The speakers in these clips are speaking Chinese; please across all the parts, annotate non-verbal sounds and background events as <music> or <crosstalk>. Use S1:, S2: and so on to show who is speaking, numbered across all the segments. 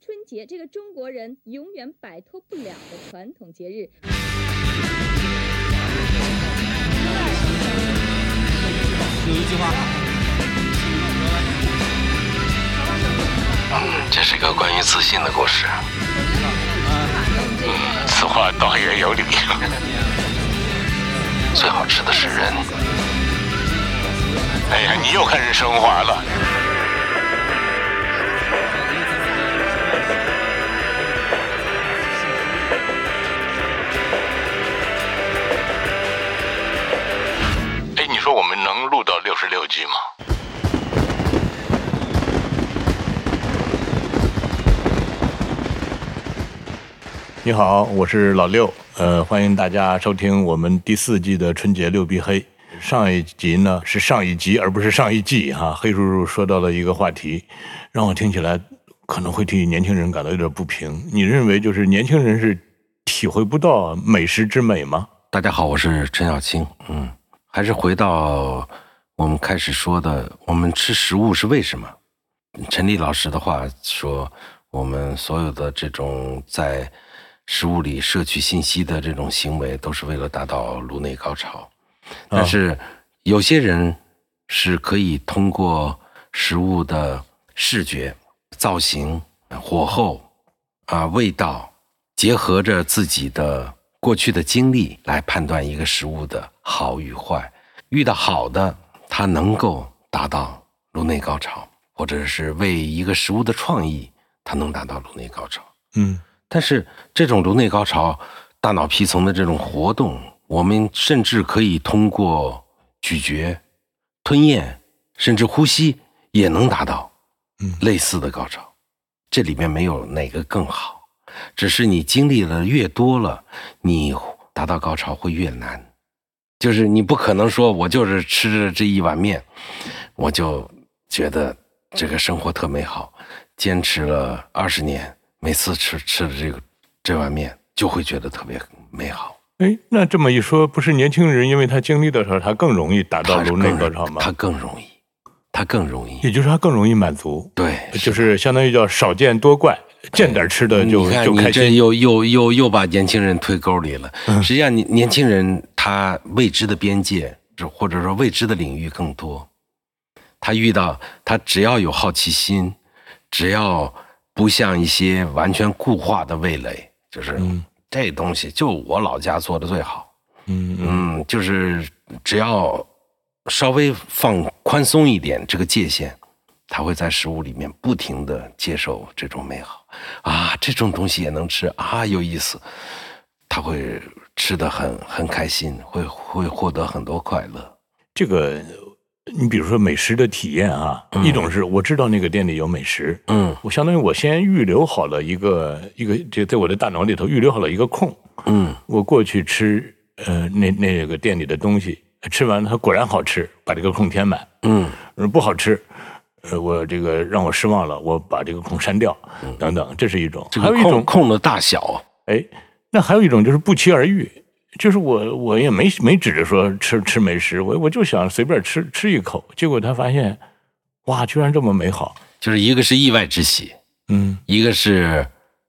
S1: 春节这个中国人永远摆脱不了的传统节日。
S2: 有一句话，
S3: 嗯，这是个关于自信的故事。嗯，此话倒也有理。 <laughs> 最好吃的是人。哎呀，你又开始升华了。哎，你说我们能录到六十六集吗？
S4: 你好，我是老六，呃，欢迎大家收听我们第四季的春节六必黑。上一集呢是上一集，而不是上一季哈、黑叔叔说到了一个话题，让我听起来可能会替年轻人感到有点不平。你认为就是年轻人是体会不到美食之美吗？
S3: 大家好，我是陈小青。嗯，还是回到我们开始说的，我们吃食物是为什么？陈丽老师的话说，我们所有的这种在食物里摄取信息的这种行为，都是为了达到颅内高潮。但是有些人是可以通过食物的视觉、造型、火候啊、味道，结合着自己的过去的经历来判断一个食物的好与坏。遇到好的，它能够达到颅内高潮，或者是为一个食物的创意，它能达到颅内高潮。
S4: 嗯，
S3: 但是这种颅内高潮、大脑皮层的这种活动，我们甚至可以通过咀嚼、吞咽，甚至呼吸也能达到
S4: 嗯
S3: 类似的高潮。这里面没有哪个更好，只是你经历了越多了，你达到高潮会越难。就是你不可能说我就是吃着这一碗面，我就觉得这个生活特美好，坚持了二十年，每次吃吃了这个这碗面，就会觉得特别美好。
S4: 哎，那这么一说，不是年轻人因为他经历的时候，他更容易达到
S3: 它是
S4: 颅内
S3: 更
S4: 高潮吗
S3: 它？更容易，它更容易。
S4: 也就是他更容易满足，
S3: 对，
S4: 就是相当于叫少见多怪，见点吃的就
S3: 嗯你看
S4: 就
S3: 你
S4: 开
S3: 这
S4: 心。嗯
S3: 又又又又把年轻人推沟里了。实际上，你年轻人他未知的边界，或者说未知的领域更多。他遇到他只要有好奇心，只要不像一些完全固化的味蕾，就是、这东西就我老家做的最好。
S4: 嗯嗯
S3: 嗯，就是只要稍微放宽松一点这个界限，他会在食物里面不停的接受这种美好啊，这种东西也能吃啊，有意思，他会吃的很很开心，会会获得很多快乐。
S4: 这个，你比如说美食的体验啊，一种是我知道那个店里有美食，
S3: 嗯
S4: 我相当于我先预留好了一个一个，这在我的大脑里头预留好了一个空，
S3: 嗯，
S4: 我过去吃呃那那个店里的东西，吃完了它果然好吃，把这个空填满。
S3: 嗯，
S4: 呃不好吃，呃，我这个让我失望了，我把这个空删掉，等等，这是一种。
S3: 嗯这
S4: 还
S3: 个
S4: 有一
S3: 空
S4: 种，
S3: 空的大小，
S4: 哎，那还有一种就是不期而遇，就是我我也没没指着说吃吃美食，我我就想随便吃吃一口，结果他发现，哇，居然这么美好，
S3: 就是一个是意外之喜，
S4: 嗯，
S3: 一个是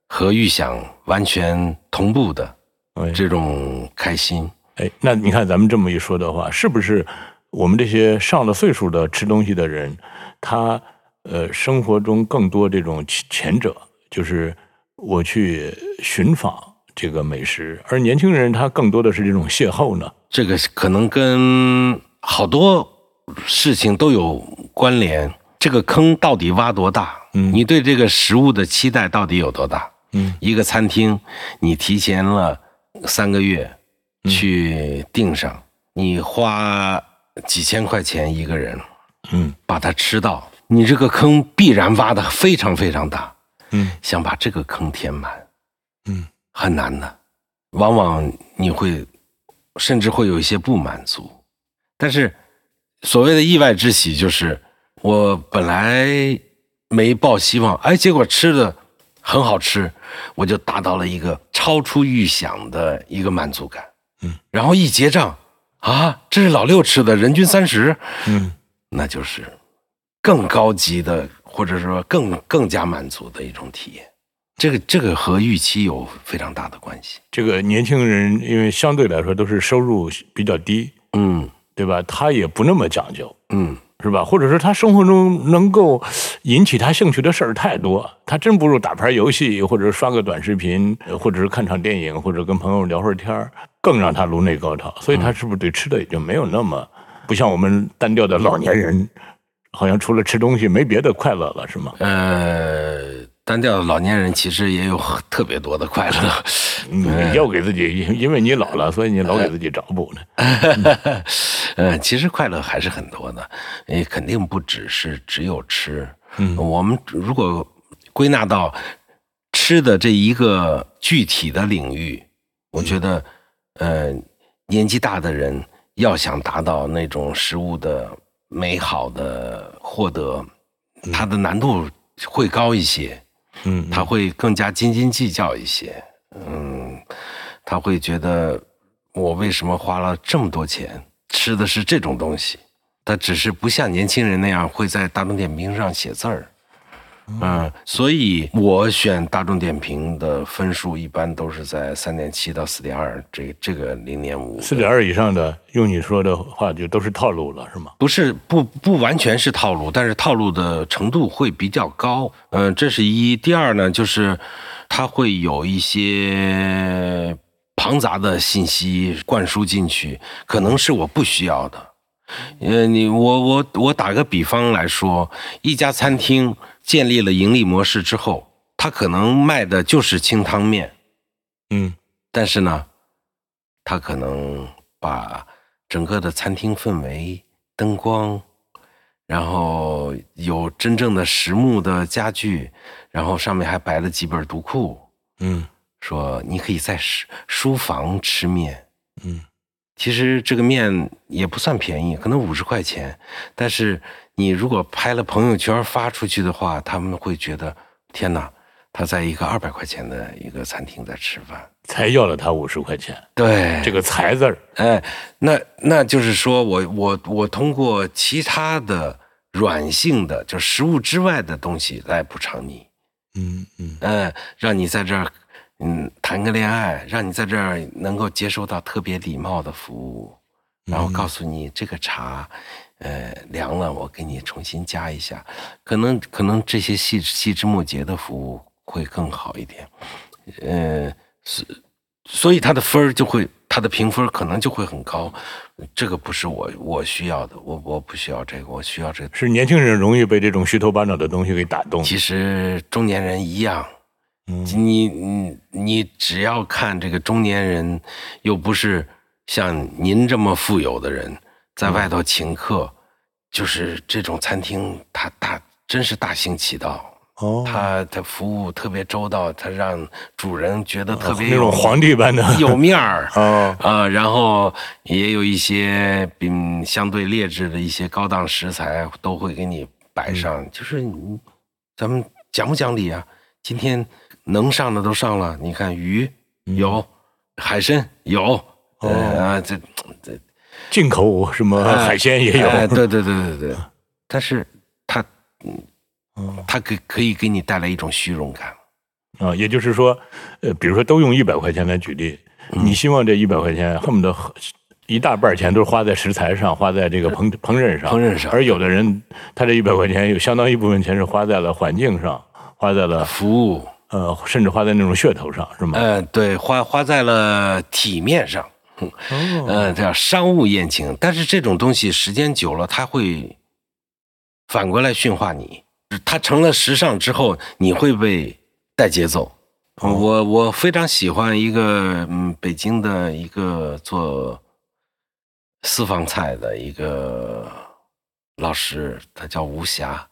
S3: 和预想完全同步的
S4: 哎，
S3: 这种开心。
S4: 哎，那你看咱们这么一说的话，是不是我们这些上了岁数的吃东西的人，他呃生活中更多这种前前者，就是我去寻访这个美食，而年轻人他更多的是这种邂逅呢？
S3: 这个可能跟好多事情都有关联。这个坑到底挖多大？
S4: 嗯
S3: 你对这个食物的期待到底有多大？
S4: 嗯，
S3: 一个餐厅，你提前了三个月去订上，你花几千块钱一个人，
S4: 嗯，
S3: 把它吃到，你这个坑必然挖的非常非常大。
S4: 嗯，
S3: 想把这个坑填满，
S4: 嗯，
S3: 很难的。往往你会，甚至会有一些不满足。但是，所谓的意外之喜，就是我本来没抱希望，哎，结果吃的很好吃，我就达到了一个超出预想的一个满足感。
S4: 嗯，
S3: 然后一结账，啊，这是老六吃的，人均三十，
S4: 嗯，
S3: 那就是更高级的，或者说更更加满足的一种体验。这个这个和预期有非常大的关系。
S4: 这个年轻人因为相对来说都是收入比较低，
S3: 嗯
S4: 对吧？他也不那么讲究，
S3: 嗯，
S4: 是吧？或者说他生活中能够引起他兴趣的事儿太多，他真不如打牌游戏，或者刷个短视频，呃或者是看场电影，或者跟朋友聊会儿天儿，更让他颅内高潮。所以他是不是对吃的也就没有那么不像我们单调的老年人，好像除了吃东西没别的快乐了，是吗？
S3: 呃，单调的老年人其实也有很特别多的快乐。
S4: 你嗯要给自己，因因为你老了，所以你老给自己找补呢。
S3: 呃，其实快乐还是很多的，也肯定不只是只有吃。嗯，我们如果归纳到吃的这一个具体的领域，我觉得，呃，年纪大的人要想达到那种食物的美好的获得，它的难度会高一些。
S4: 嗯，
S3: 他会更加斤斤计较一些，嗯，他会觉得我为什么花了这么多钱吃的是这种东西？他只是不像年轻人那样会在大众点评上写字儿，嗯、所以我选大众点评的分数一般都是在三点七到四点二这这个零点五，
S4: 四点二以上的，用你说的话就都是套路了，是吗？
S3: 不是不不完全是套路，但是套路的程度会比较高。嗯、这是一。第二呢，就是它会有一些庞杂的信息灌输进去，可能是我不需要的。呃，你我我我打个比方来说，一家餐厅建立了盈利模式之后，它可能卖的就是清汤面，
S4: 嗯
S3: 但是呢，他可能把整个的餐厅氛围、灯光，然后有真正的实木的家具，然后上面还摆了几本读库，
S4: 嗯
S3: 说你可以在书书房吃面。
S4: 嗯，
S3: 其实这个面也不算便宜，可能五十块钱，但是你如果拍了朋友圈发出去的话，他们会觉得天哪，他在一个二百块钱的一个餐厅在吃饭。
S4: 才要了他五十块钱，
S3: 对，
S4: 这个“才”字儿，
S3: 哎，那那就是说我我我通过其他的软性的，就食物之外的东西来补偿你，
S4: 嗯嗯
S3: 嗯，让你在这儿嗯谈个恋爱，让你在这儿能够接受到特别礼貌的服务，然后告诉你这个茶。呃，凉了，我给你重新加一下，可能可能这些细细枝末节的服务会更好一点，呃，所以他的分儿就会，他的评分可能就会很高。这个不是我我需要的，我我不需要这个，我需要这个。
S4: 是年轻人容易被这种虚头巴脑的东西给打动。
S3: 其实中年人一样，
S4: 嗯
S3: 你你你只要看这个中年人，又不是像您这么富有的人，在外头请客，
S4: 嗯
S3: 就是这种餐厅，他大真是大行其道。
S4: 哦
S3: 他他服务特别周到，他让主人觉得特
S4: 啊
S3: 别
S4: 哦那
S3: 有
S4: 种皇帝般的
S3: <laughs> 有面儿。
S4: 哦，
S3: 啊，然后也有一些嗯相对劣质的一些高档食材都会给你摆
S4: 嗯
S3: 上，就是你咱们讲不讲理啊？今天能上的都上了，你看鱼有，海参有，呃
S4: 嗯哦
S3: 啊这这
S4: 进口什么
S3: 哎
S4: 海鲜 <laughs> 也有，
S3: 哎对对对对对，但是它嗯，它可可以给你带来一种虚荣感，
S4: 啊，也就是说，呃，比如说都用一百块钱来举例，
S3: 嗯
S4: 你希望这一百块钱恨不得很一大半儿钱都是花在食材上，花在这个烹烹饪上，
S3: 烹饪上
S4: 而有的人，他这一百块钱有相当一部分钱是花在了环境上，花在了
S3: 服务，
S4: 呃，甚至花在那种噱头上，是吗？
S3: 呃，对，花花在了体面上。
S4: 哦，
S3: 嗯，叫商务宴请，但是这种东西时间久了，它会反过来驯化你。它成了时尚之后，你会被带节奏。
S4: 哦
S3: 我我非常喜欢一个嗯，北京的一个做私房菜的一个老师，他叫吴霞，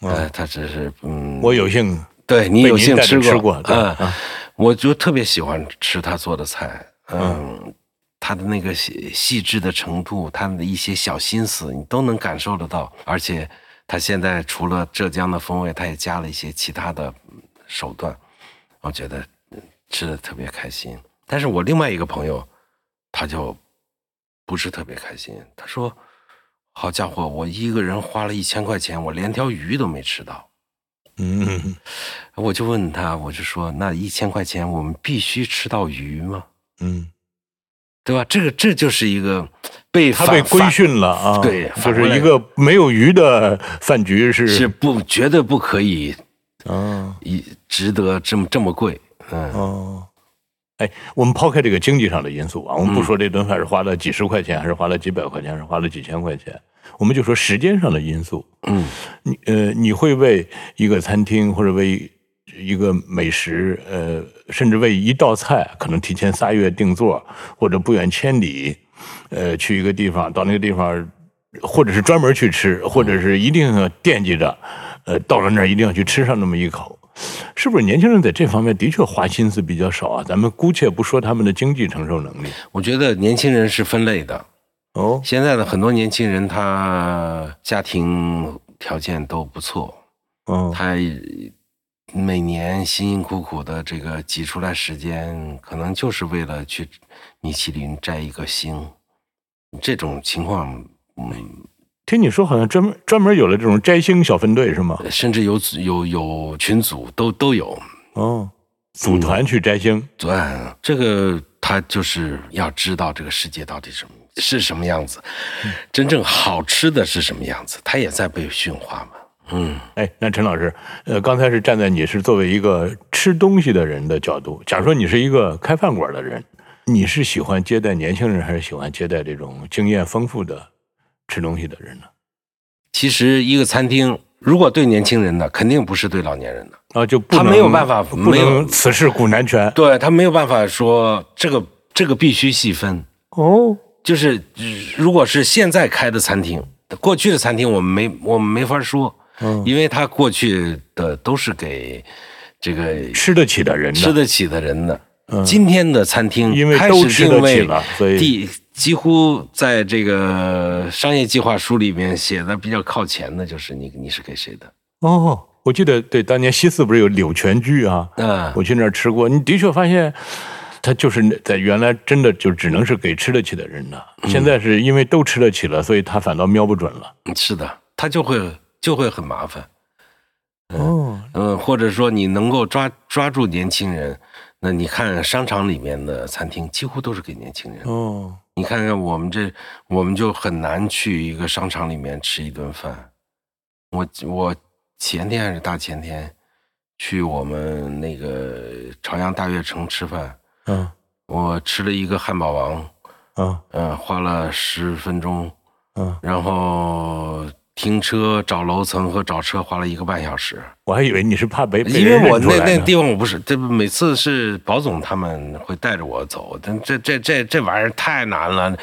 S3: 呃，他只是嗯，
S4: 哦我有幸
S3: 对你
S4: 被
S3: 有
S4: 您
S3: 幸
S4: 带着
S3: 吃过，
S4: 吃过对
S3: 嗯
S4: 啊，
S3: 我就特别喜欢吃他做的菜，嗯，他的那个细细致的程度，他的一些小心思，你都能感受得到。而且他现在除了浙江的风味，他也加了一些其他的嗯手段，我觉得嗯吃的特别开心。但是我另外一个朋友，他就不是特别开心，他说：“好家伙，我一个人花了一千块钱，我连条鱼都没吃到。”
S4: 嗯，
S3: 我就问他，我就说那一千块钱我们必须吃到鱼吗？
S4: 嗯，
S3: 对吧？这个这就是一个被
S4: 他被
S3: 反
S4: 规训了啊，
S3: 对
S4: 就
S3: 反过
S4: 是
S3: 来
S4: 一个没有鱼的饭局是
S3: 反是不绝对不可以
S4: 啊
S3: 一值得这么这么贵。嗯，
S4: 哦，哎，我们抛开这个经济上的因素啊，我们不
S3: 嗯
S4: 说这顿饭是花了几十块钱，还是花了几百块钱，还是花了几千块钱，我们就说时间上的因素。
S3: 嗯，
S4: 你呃，你会为一个餐厅或者为一个美食，呃，甚至为一道菜，可能提前仨月定做，或者不远千里，呃，去一个地方，到那个地方，或者是专门去吃，或者是一定要惦记着，呃，到了那儿一定要去吃上那么一口。是不是年轻人在这方面的确花心思比较少啊？咱们姑且不说他们的经济承受能力。
S3: 我觉得年轻人是分类的。
S4: 哦，
S3: 现在的很多年轻人，他家庭条件都不错，
S4: 嗯，
S3: 他每年辛辛苦苦的这个挤出来时间，可能就是为了去米其林摘一个星，这种情况，嗯，
S4: 听你说好像专门专门有了这种摘星小分队是吗？
S3: 甚至有组有有群组都都有，
S4: 哦，组团去摘星，
S3: 昨晚这个他就是要知道这个世界到底什么是什么样子，真正好吃的是什么样子，他也在被驯化嘛，嗯。
S4: 哎，那陈老师，呃，刚才是站在你是作为一个吃东西的人的角度，假如说你是一个开饭馆的人，你是喜欢接待年轻人，还是喜欢接待这种经验丰富的吃东西的人呢？
S3: 其实一个餐厅如果对年轻人的，肯定不是对老年人的，
S4: 啊，就不能
S3: 他没有办法
S4: 不
S3: 没
S4: 能
S3: 有
S4: 此事古难全。
S3: 对他没有办法说这个这个必须细分。
S4: 哦，
S3: 就是如果是现在开的餐厅，过去的餐厅我们没我们没法说，
S4: 嗯，
S3: 因为他过去的都是给这个
S4: 吃得起的人呢？
S3: 吃得起的人的。
S4: 嗯
S3: 今天的餐厅
S4: 因为
S3: 嗯开
S4: 都
S3: 始
S4: 吃
S3: 定
S4: 得起
S3: 位
S4: 了，哎所以
S3: 第几乎在这个商业计划书里面写的比较靠前的，就是你你是给谁的？
S4: 哦，我记得对，当年西四不是有柳泉居啊？
S3: 嗯，
S4: 我去那儿吃过，你的确发现，它就是那在原来真的就只能是给吃得起的人的，
S3: 嗯
S4: 现在是因为都吃得起了，所以他反倒瞄不准了。
S3: 是的，他就会就会很麻烦。
S4: 哦，
S3: 嗯，或者说你能够抓抓住年轻人，那你看商场里面的餐厅几乎都是给年轻人。
S4: 哦，
S3: 你看看我们这，我们就很难去一个商场里面吃一顿饭。我我前天还是大前天去我们那个朝阳大悦城吃饭，
S4: 嗯
S3: 我吃了一个汉堡王，
S4: 嗯
S3: 嗯，花了十分钟，
S4: 嗯，
S3: 然后停车找楼层和找车花了一个半小时。
S4: 我还以为你是怕被被
S3: 因为
S4: 人
S3: 我
S4: 认出
S3: 那
S4: 来
S3: 那
S4: 呢
S3: 地方我不是，这不每次是保总他们会带着我走，但这这这这玩意儿太难了，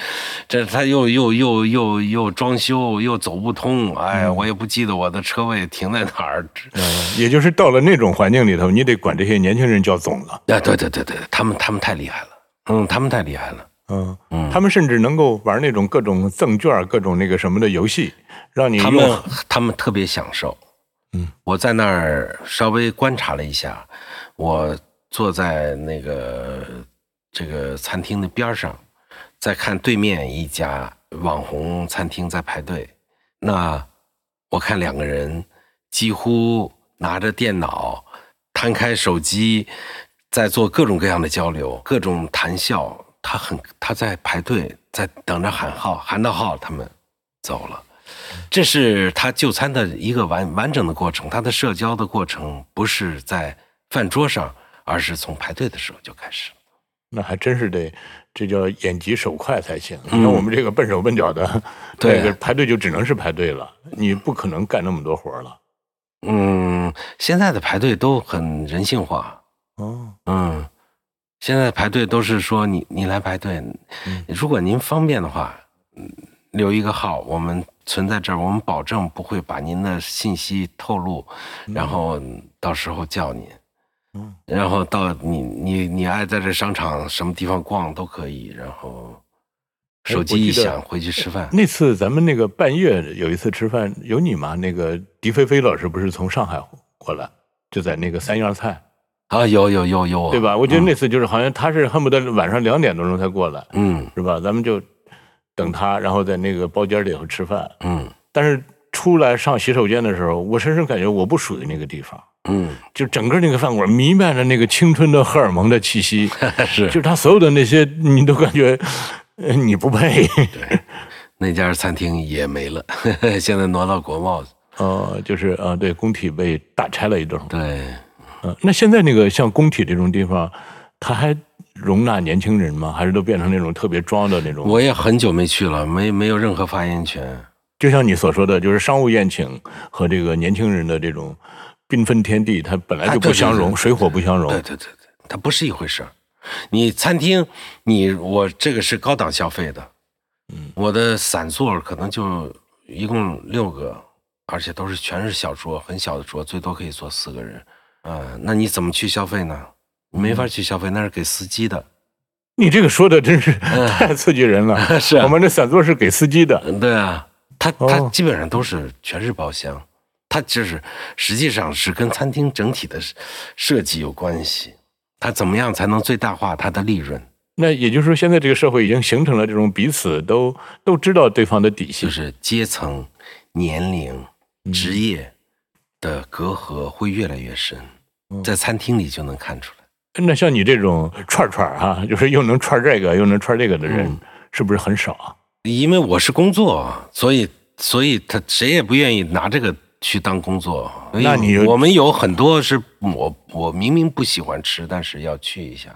S3: 这他又又又又又装修又走不通，哎，我也不记得我的车位停在哪儿。
S4: 嗯也就是到了那种环境里头，你得管这些年轻人叫总了。
S3: 啊，对对对对，他们他们太厉害了，嗯，他们太厉害了，
S4: 嗯，
S3: 嗯，
S4: 他们甚至能够玩那种各种赠券、各种那个什么的游戏，让你
S3: 他
S4: 用
S3: 们他们特别享受。
S4: 嗯，
S3: 我在那儿稍微观察了一下，我坐在那个这个餐厅的边儿上，在看对面一家网红餐厅在排队。那我看两个人几乎拿着电脑，摊开手机，在做各种各样的交流，各种谈笑。他很他在排队，在等着喊号，喊到号他们走了。这是他就餐的一个完完整的过程，他的社交的过程不是在饭桌上，而是从排队的时候就开始。
S4: 那还真是得，这叫眼疾手快才行。你看
S3: 嗯
S4: 我们这个笨手笨脚的，
S3: 对
S4: 那个排队就只能是排队了，你不可能干那么多活儿了。
S3: 嗯，现在的排队都很人性化。
S4: 哦，
S3: 嗯，现在排队都是说你你来排队，
S4: 嗯
S3: 如果您方便的话，嗯留一个号，我们存在这儿，我们保证不会把您的信息透露，然后到时候叫您。
S4: 嗯
S3: 然后到你你你爱在这商场什么地方逛都可以，然后
S4: 哎
S3: 手
S4: 我
S3: 机
S4: 记
S3: 一
S4: 得
S3: 响回去吃饭。
S4: 那次咱们那个半夜有一次吃饭，有你吗？那个狄菲菲老师不是从上海过来，就在那个三样菜，
S3: 啊，有有有有，
S4: 对吧？我觉得
S3: 嗯
S4: 那次就是好像他是恨不得晚上两点多钟才过来，
S3: 嗯
S4: 是吧？咱们就等他，然后在那个包间里头吃饭。
S3: 嗯
S4: 但是出来上洗手间的时候，我深深感觉我不属于那个地方，
S3: 嗯， <laughs>
S4: 就整个那个饭馆弥漫着那个青春的荷尔蒙的气
S3: <laughs>
S4: 息，
S3: 是
S4: 就是他所有的那些，你都感觉 <laughs> 呃你不配。
S3: 那家餐厅也没了， <laughs> 现在挪到国贸去。
S4: <laughs> 呃，就是呃，对，工体被大拆了一顿。
S3: 对，
S4: 呃，那现在那个像工体这种地方，它还容纳年轻人吗？还是都变成那种特别装的那种？
S3: 我也很久没去了，没没有任何发言权。
S4: 就像你所说的，就是商务宴请和这个年轻人的这种缤纷天地，它本来
S3: 哎
S4: 就
S3: 对
S4: 不相
S3: 对对
S4: 容，
S3: 对
S4: 水火不相容。
S3: 对对对对，它不是一回事儿。你餐厅，你我这个是高档消费的，嗯，我的散座可能就一共六个，而且都是全是小桌，很小的桌，最多可以坐四个人。啊、那你怎么去消费呢？
S4: 嗯
S3: 没法去消费，那是给司
S4: <laughs>
S3: 机的。
S4: 你这个说的真是
S3: 嗯
S4: <laughs> 太刺激人了。
S3: 是啊
S4: 我们这散座是给司机的，
S3: 嗯，对啊，它它
S4: 哦
S3: 基本上都是全是包厢，它就是实际上是跟餐厅整体的设设计有关系。它怎么样才能最大化它的利润？
S4: 那也就是说，现在这个社会已经形成了这种彼此都都知道对方的底
S3: 就
S4: 细。
S3: 是阶层、年龄、
S4: 嗯
S3: 职业的隔阂会越来越深，
S4: 嗯
S3: 在餐厅里就能看出来。
S4: 那像你这种串串儿哈、就是又能串这个又能串这个的人，
S3: 嗯
S4: 是不是很少啊？
S3: 因为我是工作，啊所以所以他谁也不愿意拿这个去当工作。啊
S4: 那你
S3: 我们有很多是我我明明不喜欢吃，但是要去一下。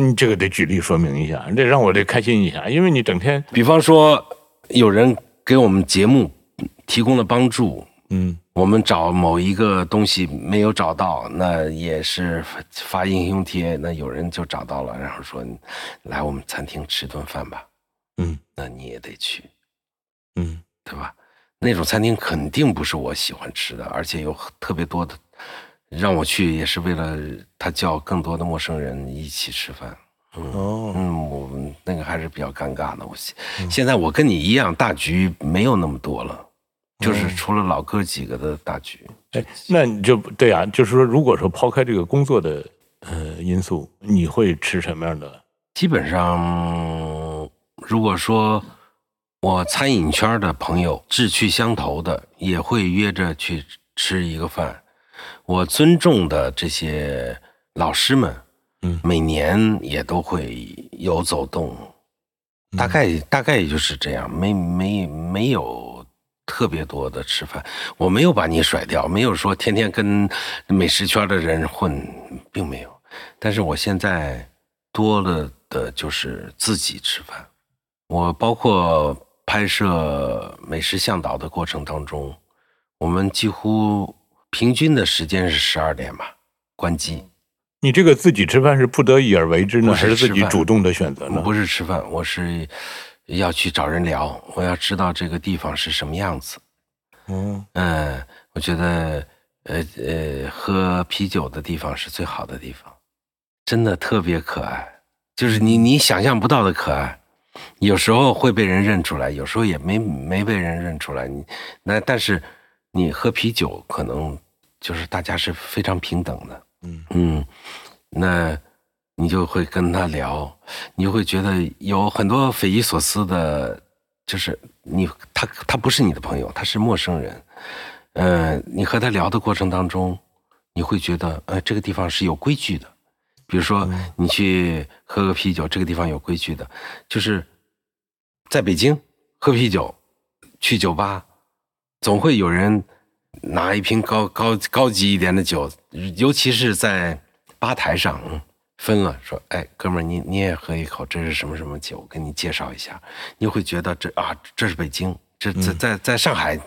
S4: 嗯，这个得举例说明一下，这让我得开心一下，因为你整天
S3: 比方说，有人给我们节目提供了帮助，
S4: 嗯
S3: 我们找某一个东西没有找到，那也是发英雄贴，那有人就找到了，然后说来我们餐厅吃顿饭吧，
S4: 嗯
S3: 那你也得去，
S4: 嗯
S3: 对吧？那种餐厅肯定不是我喜欢吃的，而且有特别多的，让我去也是为了他叫更多的陌生人一起吃饭。
S4: 哦，
S3: 嗯，我那个还是比较尴尬的。我现现在我跟你一样，大局没有那么多了，就是除了老哥几个的大局。
S4: 哎，那你就对啊，就是说，如果说抛开这个工作的呃因素，你会吃什么样的？
S3: 基本上，如果说我餐饮圈的朋友志趣相投的，也会约着去吃一个饭。我尊重的这些老师们，
S4: 嗯
S3: 每年也都会有走动，嗯
S4: 嗯
S3: 大概大概也就是这样，没没没有特别多的吃饭。我没有把你甩掉，没有说天天跟美食圈的人混，并没有。但是我现在多了的就是自己吃饭。我包括拍摄美食向导的过程当中，我们几乎平均的时间是十二点吧，关机。
S4: 你这个自己吃饭是不得已而为之呢，
S3: 不是
S4: 还是自
S3: 吃
S4: 己
S3: 饭
S4: 主动的选择
S3: 我
S4: 呢？
S3: 不是吃饭，我是要去找人聊，我要知道这个地方是什么样子。
S4: 嗯，
S3: 嗯，我觉得，呃呃，喝啤酒的地方是最好的地方，真的特别可爱，就是你你想象不到的可爱。有时候会被人认出来，有时候也没没被人认出来。你那但是你喝啤酒，可能就是大家是非常平等的。
S4: 嗯
S3: 那你就会跟他聊，你就会觉得有很多匪夷所思的，就是你他他不是你的朋友，他是陌生人。呃，你和他聊的过程当中，你会觉得，呃，这个地方是有规矩的。比如说，你去喝个啤酒，这个地方有规矩的，就是在北京喝啤酒，去酒吧，总会有人拿一瓶高高高级一点的酒，尤其是在吧台上嗯分了，说：“哎，哥们儿，你你也喝一口，这是什么什么酒？我给你介绍一下。”你会觉得这啊，这是北京，这在在在上海，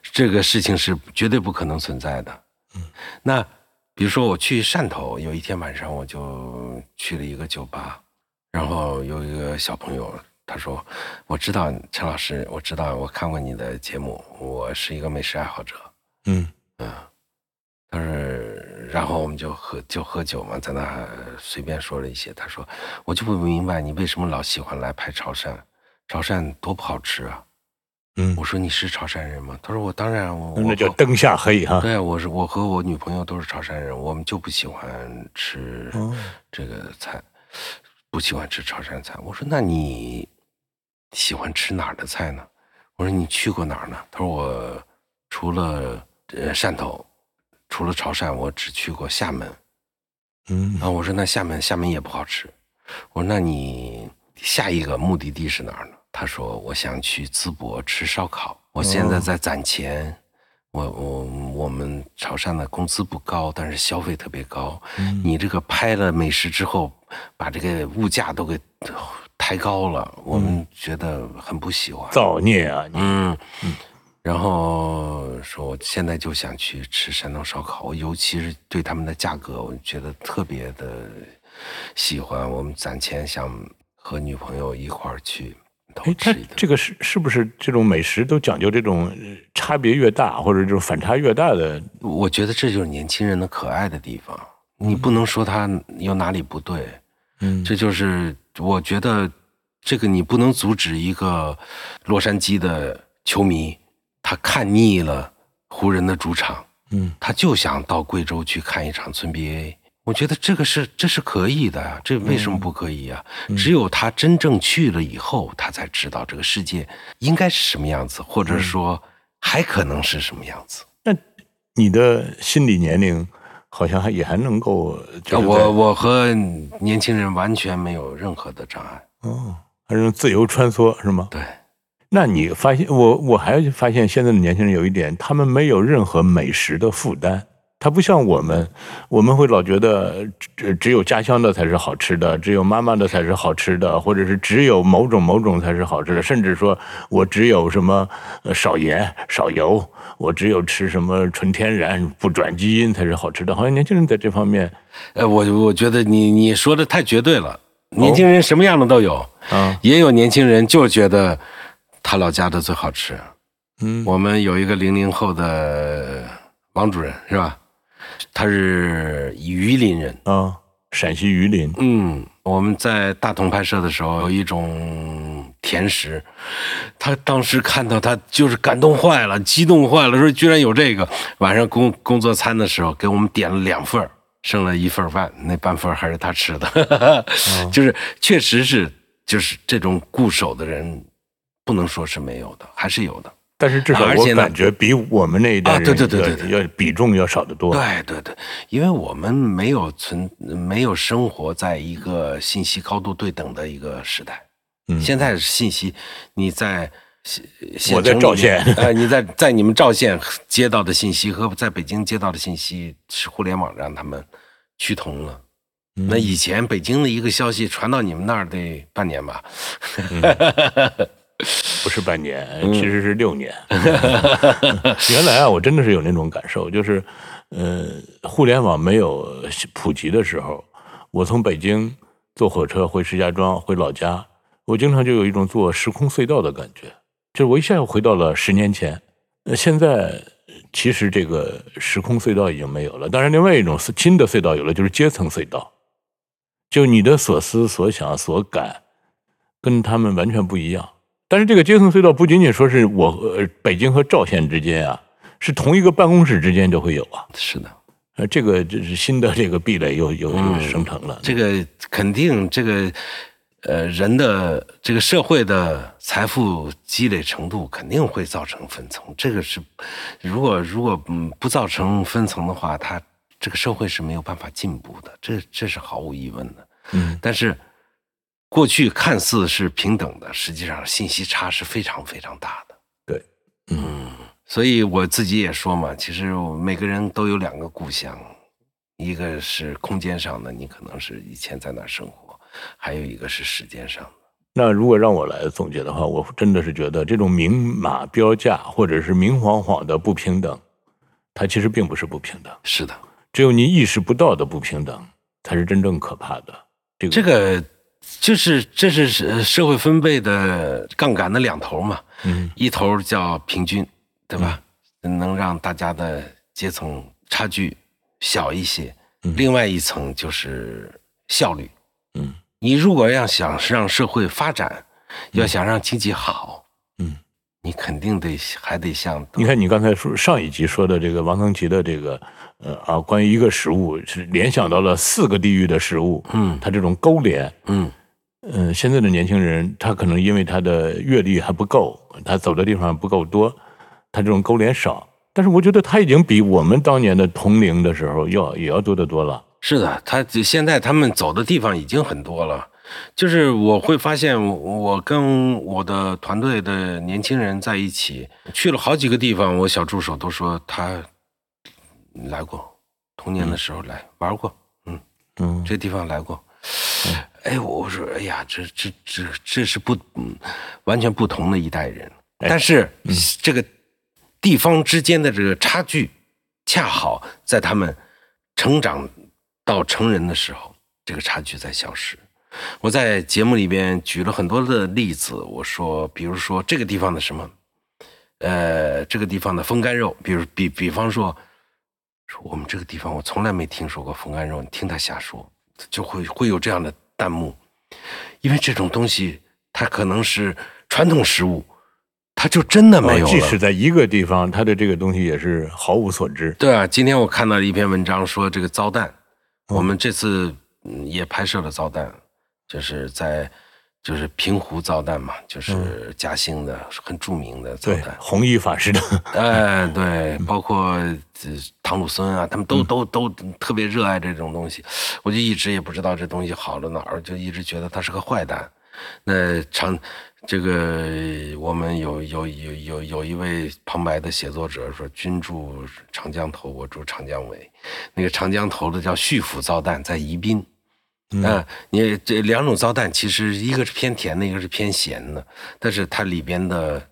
S3: 这个事情是绝对不可能存在的。那比如说我去汕头，有一天晚上我就去了一个酒吧，然后有一个小朋友他说：“我知道陈老师，我知道我看过你的节目，我是一个美食爱好者。”
S4: 嗯
S3: 他说，然后我们就喝就喝酒嘛，在那随便说了一些。他说，我就不明白你为什么老喜欢来拍潮汕，潮汕多不好吃啊！
S4: 嗯
S3: 我，说你是潮汕人吗？他说我当然我
S4: 那
S3: 我
S4: 叫
S3: 和
S4: 灯下黑哈。
S3: 对，我是我和我女朋友都是潮汕人，我们就不喜欢吃
S4: 哦
S3: 这个菜，不喜欢吃潮汕菜。我说那你喜欢吃哪儿的菜呢？我说你去过哪儿呢？他说我除了呃汕头，除了潮汕，我只去过厦门。
S4: 嗯
S3: 然，后我说那厦门，厦门也不好吃。我说那你下一个目的地是哪儿呢？他说我想去淄博吃烧烤。我现在在攒钱，我我我们潮汕的工资不高，但是消费特别高。
S4: 嗯
S3: 你这个拍了美食之后，把这个物价都给抬高了，我们觉得很不喜欢。
S4: 嗯造孽啊！你
S3: 嗯，然后说我现在就想去吃山东烧烤，我尤其是对他们的价格，我觉得特别的喜欢。我们攒钱想和女朋友一块儿去
S4: 哎
S3: 偷，
S4: 它
S3: 吃一顿。
S4: 这个是是不是这种美食都讲究这种呃差别越大，或者这种反差越大的？
S3: 我觉得这就是年轻人的可爱的地方，你不能说他有哪里不对。
S4: 嗯
S3: 这就是我觉得这个你不能阻止一个洛杉矶的球迷，他看腻了湖人的主场。
S4: 嗯
S3: 他就想到贵州去看一场村 BA。我觉得这个是这是可以的呀，这为什么不可以呀、
S4: 嗯
S3: 只有他真正去了以后，他才知道这个世界应该是什么样子，或
S4: 嗯
S3: 者说还可能是什么样子。
S4: 你的心理年龄好像还也还能够，就是在
S3: 啊我我和年轻人完全没有任何的障碍。
S4: 哦，还是自由穿梭是吗？
S3: 对，
S4: 那你发现我我还发现现在的年轻人有一点，他们没有任何美食的负担。他不像我们，我们会老觉得只只有家乡的才是好吃的，只有妈妈的才是好吃的，或者是只有某种某种才是好吃的，甚至说我只有什么呃少盐少油，我只有吃什么纯天然不转基因才是好吃的。好像年轻人在这方面
S3: 呃，我我觉得你你说的太绝对了，年轻人什么样的都有，
S4: 啊，
S3: 也有年轻人就觉得他老家的最好吃。
S4: 嗯，
S3: 我们有一个零零后的王主任是吧？他是榆林人。
S4: 啊，陕西榆林，
S3: 嗯，我们在大同拍摄的时候，有一种甜食，他当时看到他就是感动坏了，激动坏了，说居然有这个。晚上工工作餐的时候，给我们点了两份儿剩了一份儿饭，那半份儿还是他吃的， <laughs> 就是确实是就是这种固守的人，不能说是没有的，还是有的。
S4: 但是至少
S3: 而
S4: 我
S3: 且呢
S4: 感觉比我们那一代
S3: 啊
S4: 人
S3: 对对对对
S4: 要要比重要少得多。
S3: 对对对，因为我们没有存没有生活在一个信息高度对等的一个时代。
S4: 嗯
S3: 现在信息你在县
S4: 我
S3: 县
S4: 在
S3: 城里
S4: 赵县
S3: 面呃，你在在你们赵县接到的信息和在北京接到的信息是互联网让他们趋同了。
S4: 嗯
S3: 那以前北京的一个消息传到你们那儿得半年吧，
S4: 不是半年，其实是六年。原来啊，我真的是有那种感受，就是，呃，互联网没有普及的时候，我从北京坐火车回石家庄，回老家，我经常就有一种坐时空隧道的感觉，就是我一下又回到了十年前。呃，现在其实这个时空隧道已经没有了，当然，另外一种新的隧道有了，就是阶层隧道，就你的所思所想所感，跟他们完全不一样。但是这个阶层隧道不仅仅说是我呃北京和赵县之间啊，是同一个办公室之间就会有啊。
S3: 是的。
S4: 呃，这个这是新的这个壁垒又又又生成了。
S3: 嗯这个肯定，这个呃，人的这个社会的财富积累程度肯定会造成分层。这个是，如果如果嗯不造成分层的话，它这个社会是没有办法进步的，这这是毫无疑问的。
S4: 嗯，
S3: 但是过去看似是平等的，实际上信息差是非常非常大的。
S4: 对，
S3: 嗯，所以我自己也说嘛，其实我每个人都有两个故乡，一个是空间上的，你可能是以前在哪儿生活，还有一个是时间上的。
S4: 那如果让我来总结的话，我真的是觉得这种明码标价或者是明晃晃的不平等，它其实并不是不平等，
S3: 是的，
S4: 只有你意识不到的不平等，才是真正可怕的。这个
S3: 这个就是这是呃社会分配的杠杆的两头嘛，
S4: 嗯
S3: 一头叫平均，对吧？能让大家的阶层差距小一些。
S4: 嗯
S3: 另外一层就是效率。
S4: 嗯
S3: 你如果要想让社会发展，要想让经济好，
S4: 嗯。
S3: 你肯定得还得像
S4: 你看，你刚才说上一集说的这个王腾奇的这个，呃啊，关于一个食物是联想到了四个地域的食物，
S3: 嗯
S4: 它这种勾连，
S3: 嗯
S4: 呃，现在的年轻人，他可能因为他的阅历还不够，他走的地方不够多，他这种勾连少。但是我觉得他已经比我们当年的同龄的时候要也要多得多了。
S3: 是的，他现在他们走的地方已经很多了。就是我会发现，我跟我的团队的年轻人在一起，去了好几个地方，我小助手都说他来过，童年的时候来、玩过，
S4: 嗯，
S3: 这地方来过。哎，我说，哎呀，这这这这是不、嗯完全不同的一代人，
S4: 哎
S3: 但是、这个地方之间的这个差距，恰好在他们成长到成人的时候，这个差距在消失。我在节目里边举了很多的例子，我说，比如说这个地方的什么，呃，这个地方的风干肉，比如比比方说，说我们这个地方我从来没听说过风干肉，你听他瞎说，就会会有这样的弹幕，因为这种东西它可能是传统食物，它就真的没有了。
S4: 哦即使在一个地方，他对这个东西也是毫无所知。
S3: 对啊，今天我看到一篇文章说这个糟蛋，我们这次嗯也拍摄了糟蛋，就是在就是平湖糟蛋嘛，就是嘉兴的、很著名的糟
S4: 嗯对
S3: 蛋，。
S4: 弘一法师的，
S3: 哎，对，包括呃唐鲁孙啊，他们都都都特别热爱这种东西，我就一直也不知道这东西好了哪儿，就一直觉得它是个坏蛋。那长这个我们有有有有有一位旁白的写作者说：“君住长江头，我住长江尾。”那个长江头的叫旭府糟蛋，在宜宾。
S4: <laughs> 嗯
S3: 啊，你这两种糟蛋，其实一个是偏甜的，一个是偏咸的，但是它里边的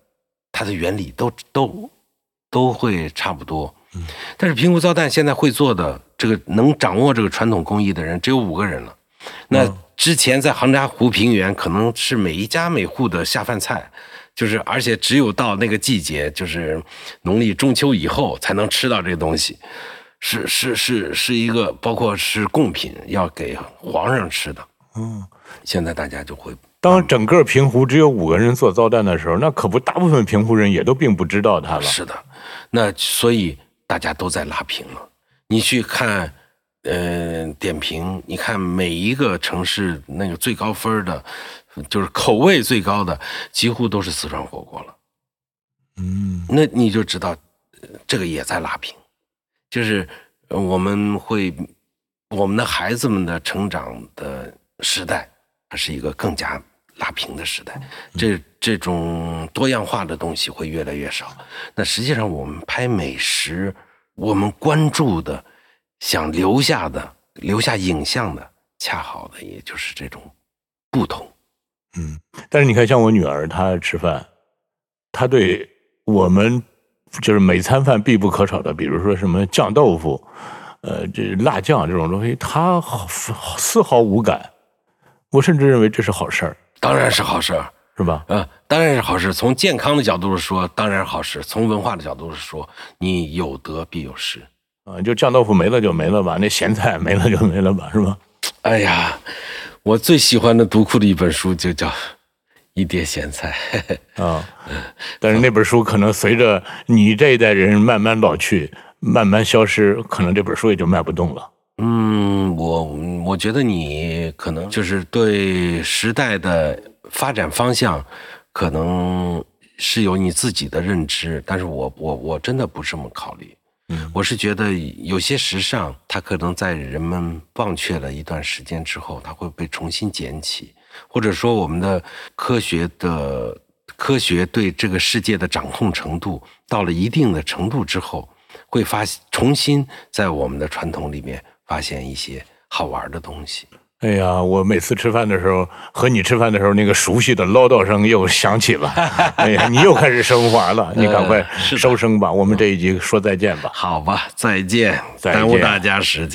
S3: 它的原理都都都会差不多。但是平湖糟蛋现在会做的这个能掌握这个传统工艺的人只有五个人了。那之前在杭扎湖平原，可能是每一家每户的下饭菜，就是而且只有到那个季节，就是农历中秋以后才能吃到这个东西。是是是是一个，包括是贡品，要给皇上吃的。
S4: 嗯，
S3: 现在大家就会
S4: 当整个平湖只有五个人做糟蛋的时候，那可不，大部分平湖人也都并不知道他了。
S3: 是的，那所以大家都在拉平了。你去看，呃，点评，你看每一个城市那个最高分的，就是口味最高的，几乎都是四川火锅了。
S4: 嗯，
S3: 那你就知道，呃这个也在拉平，就是呃我们会，我们的孩子们的成长的时代，它是一个更加拉平的时代，这这种多样化的东西会越来越少。那实际上，我们拍美食，我们关注的、想留下的、留下影像的，恰好的也就是这种不同。
S4: 但是你看，像我女儿，她吃饭，她对我们就是每餐饭必不可少的，比如说什么酱豆腐，呃，这辣酱这种东西，她好丝毫无感。我甚至认为这是好事儿，
S3: 当然是好事儿。
S4: 是吧？
S3: 啊，当然是好事。从健康的角度说，当然是好事；从文化的角度说，你有得必有失。
S4: 啊、就酱豆腐没了就没了吧，那咸菜没了就没了吧，是吧？
S3: 哎呀，我最喜欢的读库的一本书就叫《一碟咸菜》。
S4: 啊、但是那本书可能随着你这一代人慢慢老去，慢慢消失，可能这本书也就卖不动了。
S3: 嗯，我我觉得你可能就是对时代的发展方向，可能是有你自己的认知，但是我我我真的不这么考虑。
S4: 嗯
S3: 我是觉得有些时尚，它可能在人们忘却了一段时间之后，它会被重新捡起，或者说我们的科学的科学对这个世界的掌控程度到了一定的程度之后，会发重新在我们的传统里面发现一些好玩的东西。
S4: 哎呀，我每次吃饭的时候和你吃饭的时候，那个熟悉的唠叨声又响起了。哎呀，你又开始升华了，你赶快
S3: 呃是的
S4: 收声吧，我们这一集说再见吧。
S3: 好吧，再见，
S4: 再
S3: 耽误
S4: 见
S3: 大家时间。